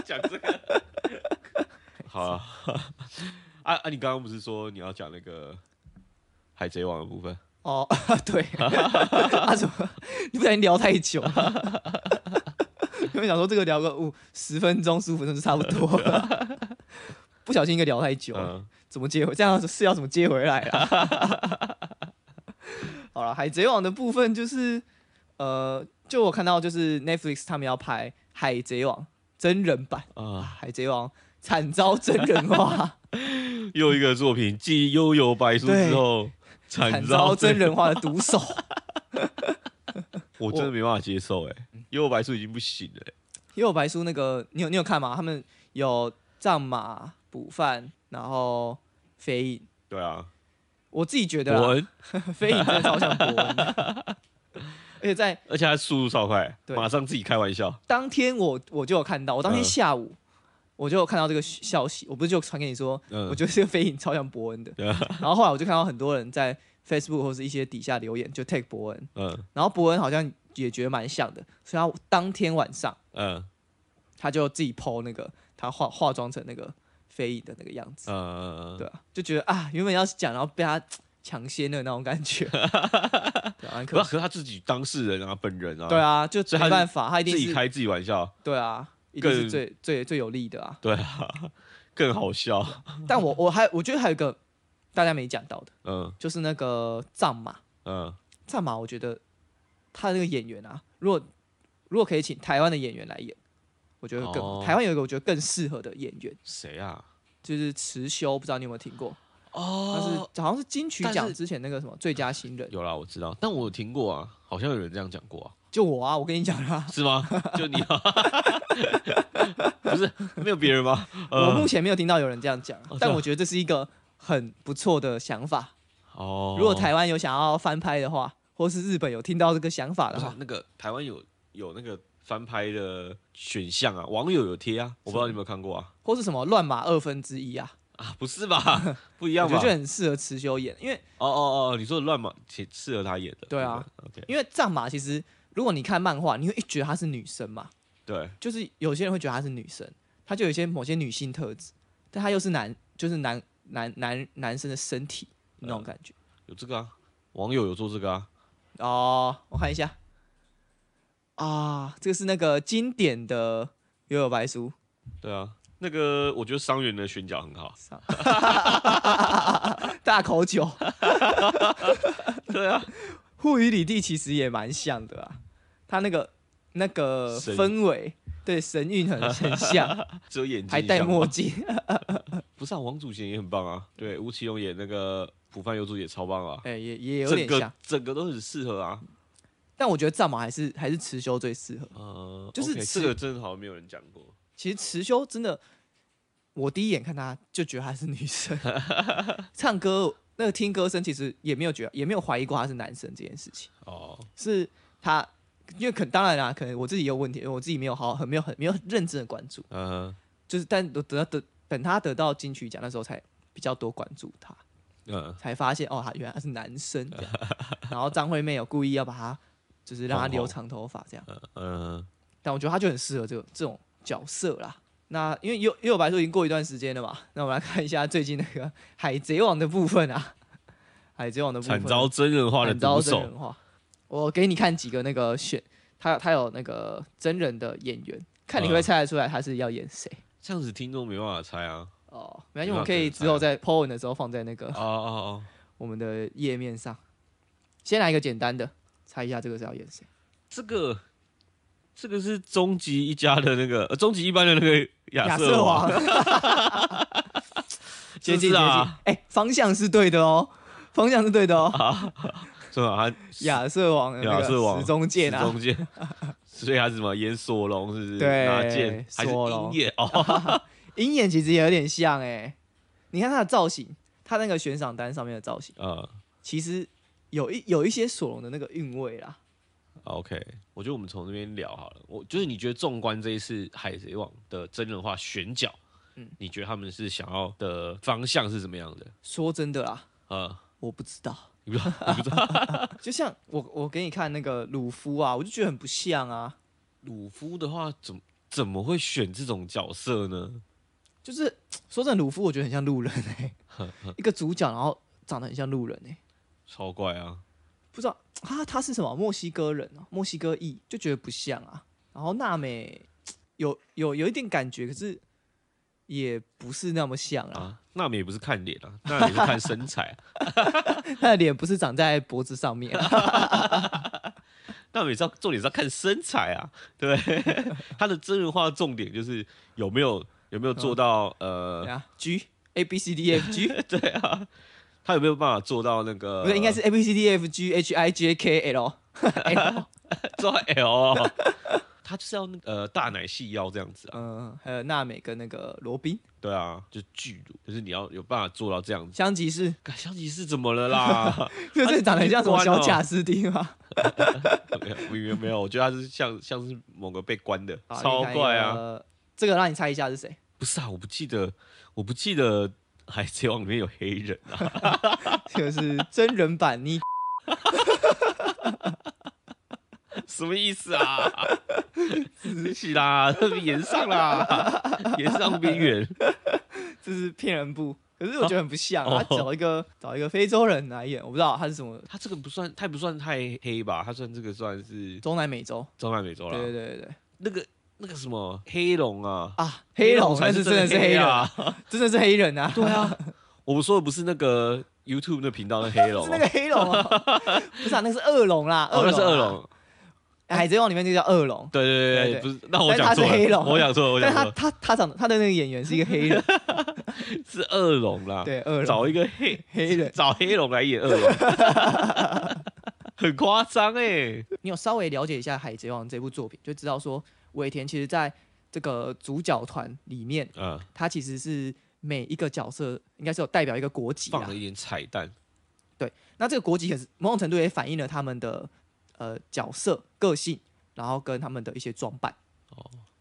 A: 讲这个， 好啊。 啊啊！你刚刚不是说你要讲那个海贼王的部分？
B: 哦， 对，啊怎么？你不小心聊太久 了，因为想说这个聊个五十分钟、十五分钟就差不多了， 不小心一个聊太久了，
A: 嗯，
B: 怎么接回？这样是要怎么接回来啊？ 好了，海贼王的部分就是，呃，就我看到就是 Netflix 他们要拍《海贼王》真人版，《
A: 啊，
B: 海贼王》惨遭真人化，
A: 又一个作品继《幽游白书》之后，惨
B: 惨遭
A: 遭
B: 真。人化的毒手。
A: 我真的没办法接受哎、
B: 嗯
A: 幽游白书》已经不行了、欸。
B: 因为我白书那个，你有你有看吗？他们有藏马捕饭，然后飞影。
A: 对啊，
B: 我自己觉得
A: 伯
B: 啦，
A: 恩，
B: 飞影真的超像博文的，而且在
A: 而且他速度超快，
B: 对
A: 马上自己开玩笑。
B: 当天我我就有看到，我当天
A: 嗯
B: 下午、我就有看到这个消息，我不是就传给你说，
A: 嗯
B: 我觉得这个飞影超像伯 恩的。
A: 对啊
B: 然后后来我就看到很多人在 Facebook 或是一些底下留言，就 take 伯恩，
A: 嗯
B: 然后伯恩好像也觉得蛮像的，所以他当天晚上
A: 嗯
B: 他就自己 PO 那个他化化妆成那个飞影的那个样子，
A: 嗯，
B: 对啊，就觉得啊，原本要讲，然后被他强奸的那种感 觉，对啊，很
A: 不是，
B: 可
A: 可
B: 惜。
A: 是他自己当事人啊，本人啊，
B: 对，啊，就
A: 所以他
B: 没
A: 是
B: 办法，他一定
A: 自己
B: 是
A: 开自己玩笑，
B: 对啊，一定是
A: 更
B: 最最最有利的啊。
A: 对啊，更好笑。
B: 但我我还我觉得还有一个大家没讲到的，
A: 嗯
B: 就是那个藏马，
A: 嗯
B: 藏马，我觉得他的那个演员啊，如果如果可以请台湾的演员来演，我觉得更好、
A: 哦
B: 台湾有一个我觉得更适合的演员，
A: 谁啊？
B: 就是池修，不知道你有没有听过？他是
A: 哦，
B: 好像是金曲
A: 但是
B: 奖之前那个什么最佳新人，
A: 有啦，我知道，但我有听过啊，好像有人这样讲过啊，
B: 就我啊，我跟你讲啦，
A: 是 吗？ 就你、啊，不是没有别人吗？
B: 我
A: 呃
B: 目，前没有听到有人这样讲啊
A: 哦，
B: 但
A: 是啊
B: 我觉得这是一个很不错的想法。
A: 哦，
B: 如果台湾有想要翻拍的话，或是日本有听到这个想法
A: 不
B: 的
A: 是
B: 话
A: 啊，那个台湾有有那个翻拍的选项啊，网友有贴啊，我不知道你有没有看过 啊？
B: 或是什么乱码二分之一啊，
A: 啊，不是吧？不一
B: 我
A: 样
B: 觉
A: 吧
B: 得就？很适合持修演，因为
A: 哦哦哦，你说的乱码挺适合他演的，
B: 对啊
A: 不对，OK，
B: 因为藏马其实如果你看漫画，你会一觉得她是女生嘛，
A: 对，啊
B: 就是有些人会觉得她是女生，她就有一些某些女性特质，但她又是男，就是男男男男生的身体那
A: 嗯
B: 种感觉。
A: 有这个啊，网友有做这个啊，
B: 哦，我看一下，啊，这个是那个经典的《幽游白书》
A: 对啊，那个我觉得伤员的选角很好，
B: 上，大口酒。
A: 对啊，
B: 护与里地其实也蛮像的啊，他那个那个
A: 神
B: 氛围，对神韵很 很像，
A: 只有眼睛
B: 还戴
A: 像吗
B: 墨镜。
A: 不是啊，王祖贤也很棒啊，对，吴奇隆演那个浦饭优助也超棒啊，
B: 哎、也也有
A: 整
B: 点
A: 个
B: 像，
A: 整个都很适合啊，
B: 但我觉得藏马还是还是持修最适合。
A: 呃，
B: 就是
A: OK，
B: 吃
A: 这个真的好像没有人讲过，
B: 其实持修真的，我第一眼看她就觉得她是女 生，唱歌那个听歌声其实也没有觉得也没有怀疑过她是男生这件事情，
A: 哦，
B: 是她。因为可当然啦、可能我自己也有问题，因为我自己没有好好很没有很没有很认真的关注，
A: 嗯
B: 就是但得得得等他得到金曲奖那时候才比较多关注他。
A: 嗯，
B: 才发现哦，他原来他是男生这 样。然后张惠妹有故意要把他，就是让他留长头发这样。
A: 嗯，
B: 但我觉得他就很适合这种这种角色啦。那因为又又白说已经过一段时间了嘛，那我们来看一下最近那个《海贼王》的部分啊，《海贼王》的部分
A: 惨遭真人化的
B: 惨遭
A: 毒
B: 真
A: 手，
B: 人化。我给你看几个那个选，他他有那个真人的演员，看你会不会
A: 嗯
B: 猜得出来他是要演谁
A: 这样子听众没办法猜啊，
B: 哦。没关系，我们可以之后在 po 文的时候放在那个
A: 哦 哦
B: 我们的页面上。先来一个简单的，猜一下这个是要演谁？
A: 哦，这个这个是终极一家的那个，呃，终极一班的那个
B: 亚
A: 瑟
B: 瑟王， 接
A: 是
B: 近接
A: 不是
B: 近，
A: 啊
B: 哎、方向是对的哦，方向是对的哦。
A: 是吧？他
B: 亚瑟王呃的那个
A: 亚瑟王
B: 时钟剑啊
A: 中，间， 所以他是什么演索隆是不是？
B: 对
A: 拿剑还是
B: 索隆
A: 鹰眼哦，
B: 鹰眼其实也有点像哎、你看他的造型，他那个悬赏单上面的造型，
A: 呃
B: 其实有一有一些索隆的那个韵味啦。
A: ，OK，我觉得我们从这边聊好了。我就是你觉得纵观这一次《海贼王》的真人化选角，
B: 嗯
A: 你觉得他们是想要的方向是什么样的？
B: 说真的啦，
A: 呃，
B: 我不知道，
A: 你不 知道，你不知道，
B: 就像我我给你看那个鲁夫啊，我就觉得很不像啊，
A: 鲁夫的话怎么怎么会选这种角色呢？
B: 就是说真的，鲁夫我觉得很像路人哎、一个主角，然后长得很像路人哎、
A: 超怪啊！
B: 不知道啊他他是什么墨西哥人啊，墨西哥裔就觉得不像啊。然后娜美有有有一点感觉，可是也不是那么像 啊。
A: 啊，那我们也不是看脸啊，那也是看身材 啊、
B: 他的脸不是长在脖子上面、啊，
A: 那我们也是要重点是要看身材啊，对不对？ 他的真人化重点就是有没有有没有做到、
B: 对
A: 呃，
B: 啊，G A B C D F G，
A: 对啊，他有没有办法做到那个？
B: 不对，应该是 A B C D F G H I J K L，
A: 做到 L，哦他就是要那个呃大奶细腰这样子啊，
B: 嗯，还有娜美跟那个罗宾，
A: 对啊，就是巨乳，就是你要有办法做到这样子。
B: 香吉士，
A: 干香吉士怎么了 啦？
B: 就这长得很像什么
A: 关哦
B: 小贾斯汀吗？
A: 没有没有没有，我觉得他是像像是某个被关的，
B: 好
A: 超怪！
B: 另
A: 啊！
B: 外一个这个让你猜一下是谁？
A: 不是啊，我不记得，我不记得《海贼王》里面有黑人啊，
B: 这个是真人版妮
A: 什么意思啊？ 不起啦，特别延上啦， 延上边缘。
B: 这是骗人部，可是我觉得很不像、
A: 啊
B: 啊，他找一个找一个非洲人来演，我不知道他是什么
A: 他这个不算，他也不算太黑吧？他算这个算是
B: 中南美洲，
A: 中南美洲
B: 对
A: 啦。
B: 对对对对
A: 那个那个什么黑龙啊，
B: 啊，黑龙
A: 才
B: 那
A: 是
B: 是真的是黑
A: 黑
B: 人，
A: 啊！
B: 真的是黑人啊，
A: 对 啊，我们说的不是那个 YouTube 那频道的黑龙哦，
B: 是那个黑 龙、啊，不是啊，那是恶龙啦，
A: 哦，那是恶
B: 恶
A: 龙
B: 龙啊，。海贼王里面就叫恶龙，
A: 对对对对，
B: 对对
A: 不是，那我
B: 但
A: 讲
B: 他
A: 错
B: 是黑
A: 了，
B: 龙
A: 我讲错了，我
B: 但
A: 讲错
B: 他
A: 了，
B: 他他长得他的那个演员是一个 黑人，
A: 是恶龙啦，
B: 对恶龙
A: 找一个黑
B: 黑人，
A: 找黑龙来演恶龙， 很夸张哎，
B: 你有稍微了解一下《海贼王》这部作品，就知道说尾田其实在这个主角团里面，
A: 嗯，
B: 他其实是每一个角色应该是有代表一个国籍
A: 放
B: 啦
A: 了，一点彩蛋，
B: 那这个国籍也是某种程度也反映了他们的呃角色个性，然后跟他们的一些装扮。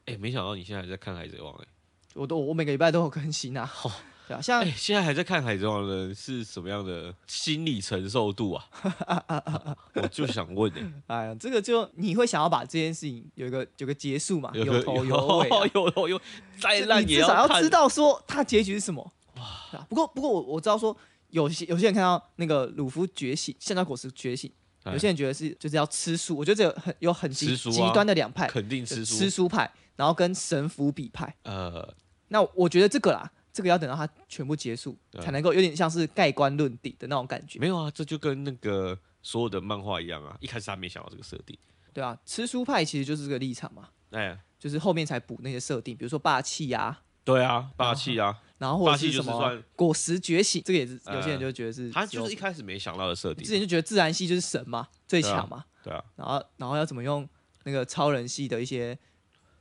A: 哎，没想到你现在还在看《海贼王》哎，
B: 我都我每个礼拜都有更新啊，对啊，像
A: 哎，现在还在看《海贼王》的人是什么样的心理承受度 啊？我就想问哎，
B: 哎呀，这个就你会想要把这件事情有一个有个结束嘛，
A: 个
B: 有头尾 啊、
A: 有头有，再
B: 就
A: 烂
B: 你
A: 也
B: 至少要
A: 看
B: 知。道说它结局是什么。哇，不过不过我我知道说有些有些人看到那个鲁夫觉醒，橡胶果实觉醒，
A: 哎
B: 有些人觉得是就是要吃素，我觉得这个很有很极
A: 吃素啊
B: 极端的两派，
A: 肯定
B: 就是
A: 吃
B: 吃
A: 书，
B: 素派，然后跟神伏比派。
A: 呃，
B: 那我觉得这个啦，这个要等到它全部结束，
A: 对啊
B: 才能够有点像是盖棺论定的那种感觉，
A: 没有啊，这就跟那个所有的漫画一样啊，一开始他没想到这个设定，
B: 对啊，吃书派其实就是这个立场嘛，
A: 哎，
B: 就是后面才补那些设定，比如说霸气啊，
A: 对啊，霸气啊，
B: 然后或者
A: 霸气就
B: 什
A: 是
B: 么
A: 算
B: 果实觉醒，这个也是
A: 呃
B: 有些人就觉得是
A: 他就是一
B: 有
A: 开始没想到的设
B: 之
A: 定，
B: 前就觉得自然系就是神嘛，最强嘛，
A: 对啊，
B: 然后然后要怎么用那个超人系的一些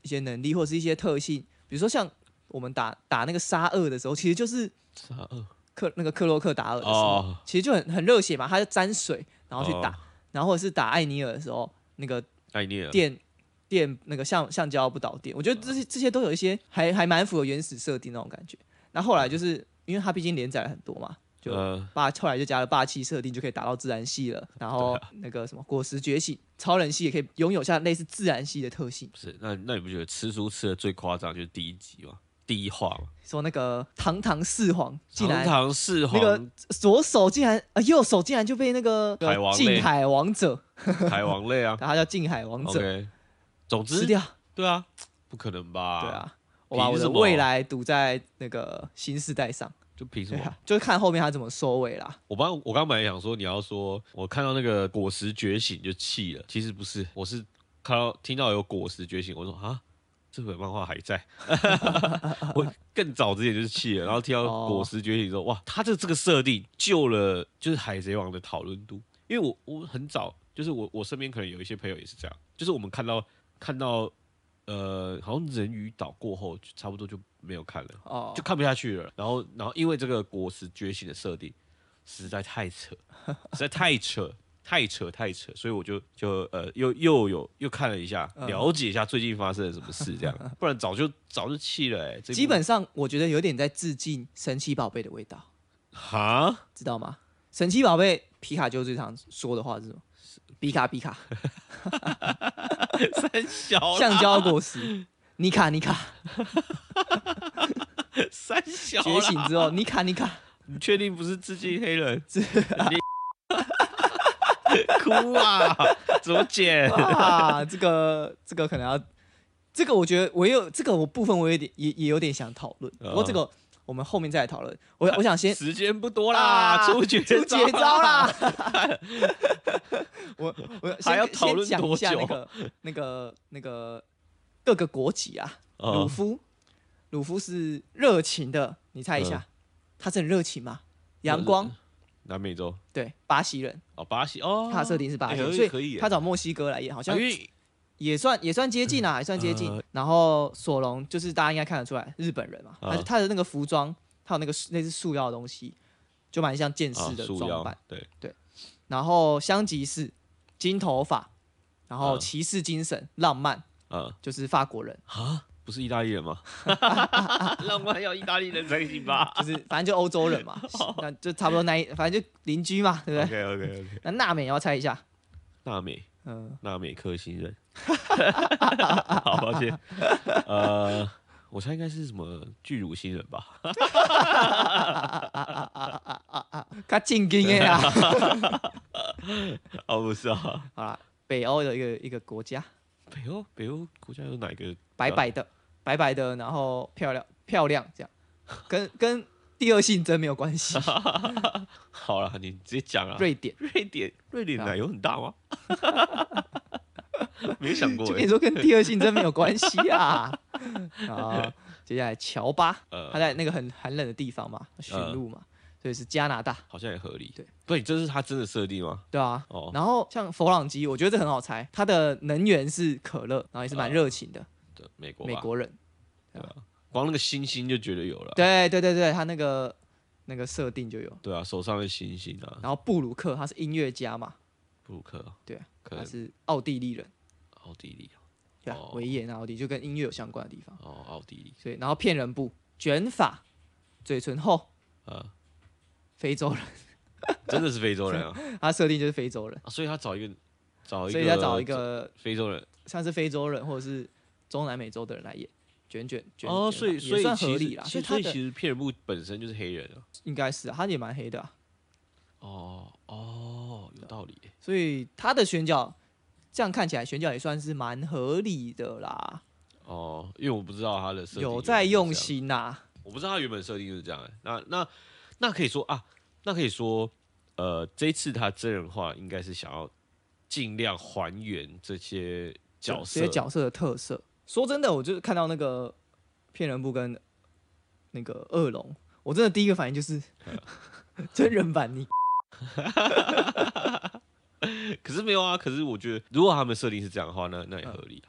B: 一些能力或是一些特性，比如说像我们打打那个沙俄的时候，其实就是
A: 是啊呃
B: 克那个克洛克达尔的时候，
A: 哦，
B: 其实就很很热血嘛，他就沾水然后去打
A: 哦，
B: 然后或者是打艾尼尔的时候，那个
A: 艾尼尔，
B: 电电那个橡橡胶不导电，我觉得这
A: 啊
B: 些这些都有一些还还蛮符合原始设定那种感觉。那后来就是因为它毕竟连载了很多嘛，就
A: 呃，
B: 霸后来就加了霸气设定，就可以打到自然系了。然后那个什么果实觉醒，超人系也可以拥有像类似自然系的特性
A: 不。是，那那你不觉得吃书吃的最夸张就是第一集吗？第一话嘛，
B: 说那个堂堂四皇竟
A: 堂
B: 然
A: 堂四
B: 那个
A: 皇
B: 左手竟然呃右手竟然就被那个
A: 海王类
B: 近海王者，
A: 海王 类啊
B: 然后他叫近海王者
A: ，OK，总
B: 吃
A: 之，
B: 掉。
A: 对啊，不可能吧？
B: 对，啊，我把
C: 凭
B: 我
C: 什
B: 的
C: 么
B: 未来赌在那个新世代上，
A: 就凭什
B: 对
A: 么？
B: 啊， 就是看后面他怎么收尾啦。
A: 我刚我刚本来想说你要说，我看到那个果实觉醒就气了，其实不是，我是看到听到有果实觉醒，我说啊，这本漫画还在， 我更早之前就是气了，然后听到
B: 哦
A: 果实觉醒说，哇，他的这个设定救了就是海贼王的讨论度，因为我我很早就是我我身边可能有一些朋友也是这样，就是我们看到看到呃，好像人鱼岛过后就差不多就没有看了。
B: 哦，
A: 就看不下去了。然后，然后因为这个果实觉醒的设定实在太扯，实在太扯，太扯，太扯，所以我就就呃又又有又看了一下，
B: 嗯
A: 了解一下最近发生了什么事，这样，不然早就早就气了哎、这部
B: 基本上我觉得有点在致敬神奇宝贝的味道，
A: 哈，
B: 知道吗？神奇宝贝皮卡丘最常说的话是什么？比卡比卡，
A: 三小啦
B: 橡胶果实，尼卡尼卡，
A: 三小
B: 觉
A: 啦，
B: 醒之后，尼卡 尼卡，
A: 你确定不是致敬黑人？
B: 这啊
A: 哭啊，怎么剪？
B: 啊，这个这个可能要，这个我觉得我也有这个我部分我有点也也有点想讨论，
A: 嗯
B: 不过这个我们后面再来讨论。我 我想先
A: 时间不多啦，
B: 啊
A: 出绝
B: 出
A: 招
B: 绝 招啦！我我先
A: 还要讨论
B: 先讲一下
A: 多久
B: 那个那个那个各个国籍啊，鲁
A: 哦，
B: 夫，鲁夫是热情的，你猜一下，
A: 嗯
B: 他是很热情吗？
A: 呃
B: 阳光，
A: 南美洲
B: 对，巴西人，
A: 哦，巴西哦，
B: 他的设定是巴
A: 哎
B: 西
A: 可
B: 人，
A: 以
B: 所
A: 可以
B: 以
A: 耶哎
B: 他找墨西哥来演，好像
A: 因为
B: 也算也算接近啊，也算接近。
A: 呃
B: 然后索隆就是大家应该看得出来，日本人嘛，
A: 啊
B: 他他的那个服装，他有那个类似束腰的东西，就蛮像剑士
A: 啊
B: 的
A: 束
B: 装
A: 腰
B: 扮。
A: 对，
B: 然后香吉士，金头发，然后
A: 啊
B: 骑士精神，浪漫，
A: 嗯，
B: 就是法国人，
A: 啊，不是意大利人吗？浪漫要意大利人才行吧
B: 就是反正就欧洲人嘛，那就差不多那一，反正就邻居嘛， 对不对？
A: ？OK OK OK，
B: 那娜美也要猜一下，
A: 纳美
B: 嗯、
A: 纳美克星 人，好抱歉，呃，我猜应该是什么巨乳星人吧？
B: 他进京的 啦，
A: 哦，不是啊，
B: 好啦，北欧的一个一个国家，
A: 北欧北欧国家有哪个
B: 白白 的，白白的，然后漂亮漂亮这样，跟跟第二性征没有关系。
A: 好了，你直接讲啊。
B: 瑞典，
A: 瑞典瑞典
B: 啊
A: 奶油很大 吗？没想过
B: 就跟
A: 哎
B: 你，说跟第二性征没有关系 啊。 然后接下来乔巴，
A: 呃
B: 他在那个很寒冷的地方嘛，驯鹿嘛，所以是加拿大，
A: 好像也合理。
B: 对，
A: 不，你这是他真的设定吗？
B: 对啊。
A: 哦，
B: 然后像佛朗基，我觉得这很好猜，它的能源是可乐，然后也是蛮
A: 呃
B: 热情的、
A: 对美国吧
B: 美国人。
A: 光那个星星就觉得有了。
B: 对对对对，他那个那个设定就有。
A: 对啊，手上的星星啊，
B: 然后布鲁克他是音乐家嘛，
A: 布鲁克，
B: 对啊，
A: 可
B: 他
A: 能
B: 是奥地利人。
A: 奥地利啊
B: 对啊
A: 哦，
B: 维也纳奥地利就跟音乐有相关的地方，
A: 哦，奥地利
B: 所以然后骗人不卷发，嘴唇厚，
A: 啊，
B: 非洲人，
A: 真的是非洲人 啊，
B: 他设定就是非洲人，
A: 啊所以他找一个找哦一个，
B: 所以要找一个
A: 非洲人
B: 像是非洲人或者是中南美洲的人来演卷卷卷
A: 哦，
B: 卷
A: 所以所以
B: 发啊也算
A: 其
B: 合
A: 实
B: 理啦，所
A: 其实
B: 以他
A: 所以
B: 的
A: 其实骗人部本身就是黑人啊，
B: 应该是啊他也蛮黑的啊，
A: 哦哦，有道理耶，
B: 所以他的选角这样看起来选角也算是蛮合理的啦，
A: 哦，因为我不知道他的设定
B: 有在用
A: 心。
B: 心啊呐，
A: 我不知道他原本设定是这样、欸。那那那可以说啊，那可以说，呃，这一次他真人化应该是想要尽量还原这些角色，
B: 这些角色的特色。说真的，我就是看到那个骗人部跟那个恶龙，我真的第一个反应就是
A: 嗯
B: 真人版你
A: 可是没有啊。可是我觉得，如果他们设定是这样的话，那那也合理啊。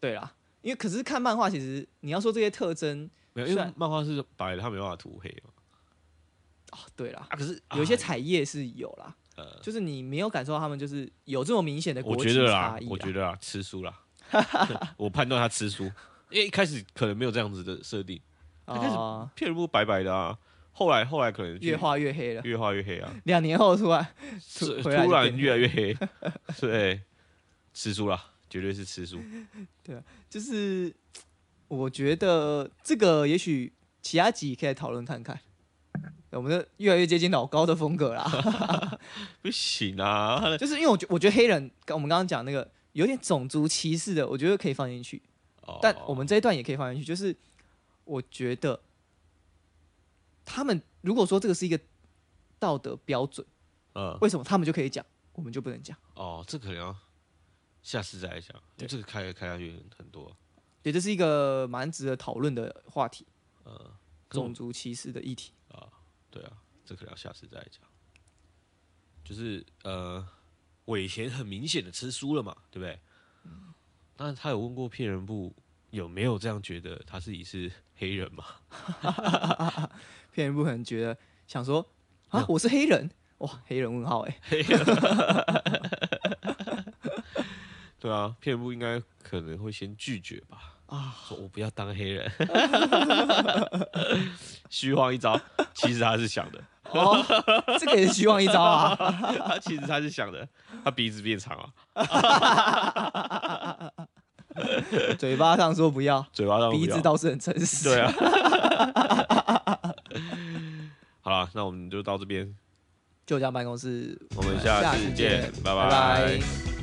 B: 对啦，因为可是看漫画，其实你要说这些特征
A: 没有，因
B: 虽
A: 为
B: 然
A: 漫画是白的，他没办法涂黑嘛。
B: 啊、对啦，
A: 啊，可是
B: 有一些
A: 啊
B: 彩页是有啦，
A: 呃，
B: 就是你没有感受到他们就是有这么明显的国
A: 我
B: 籍
A: 觉得
B: 差
A: 啦
B: 异，啊哦
A: 我觉
B: 得
A: 得啦，吃书 啦，我判断他吃书，因为一开始可能没有这样子的设定，他开始
B: 啊、
A: 骗人不白白的啊。后来后来可能去
B: 越画越黑了。
A: 越画越黑啊。
B: 两年后出来，突
A: 是突
B: 回来就
A: 然
B: 变
A: 越来越黑，对，吃书啦，绝对是吃书。
B: 就是我觉得这个也许其他集可以讨论看看。我们就越来越接近老高的风格啦。
A: 不行啊，他的
B: 就是因为我觉我觉得黑人，刚我们刚刚讲那
A: 哦
B: 个有点种族歧视的，我觉得可以放进去，但我们这一段也可以放进去，就是我觉得他们如果说这个是一个道德标准，
A: 嗯，
B: 为什么他们就可以讲，我们就不能讲？
A: 哦，这可能要下次再来讲，因为
B: 对
A: 这个开开下去很很多，
B: 对，这是一个蛮值得讨论的话题，
A: 嗯，可是我
B: 种族歧视的议题。
A: 对啊，这可能要下次再来讲。就是呃，尾田很明显的吃书了嘛，对不对？
B: 嗯
A: 那他有问过骗人部有没有这样觉得他自己是黑人嘛？
B: 骗人不可能觉得想说
A: 嗯
B: 啊，我是黑人，哇，黑人问号 哎、
A: 对啊，骗人部应该可能会先拒绝吧？啊，说我不要当黑人， 虚晃一招，其实他是想的，
B: 哦，这个也是虚妄一招 啊。
A: 他其实他是想的，他鼻子变长啊，
B: 嘴巴上说不要，
A: 嘴巴上
B: 鼻
A: 不要
B: 子倒是很诚实。
A: 对啊。 好了，那我们就到这边，
B: 就这样办公室，
A: 我们下次见，
B: 拜
A: 拜
B: 拜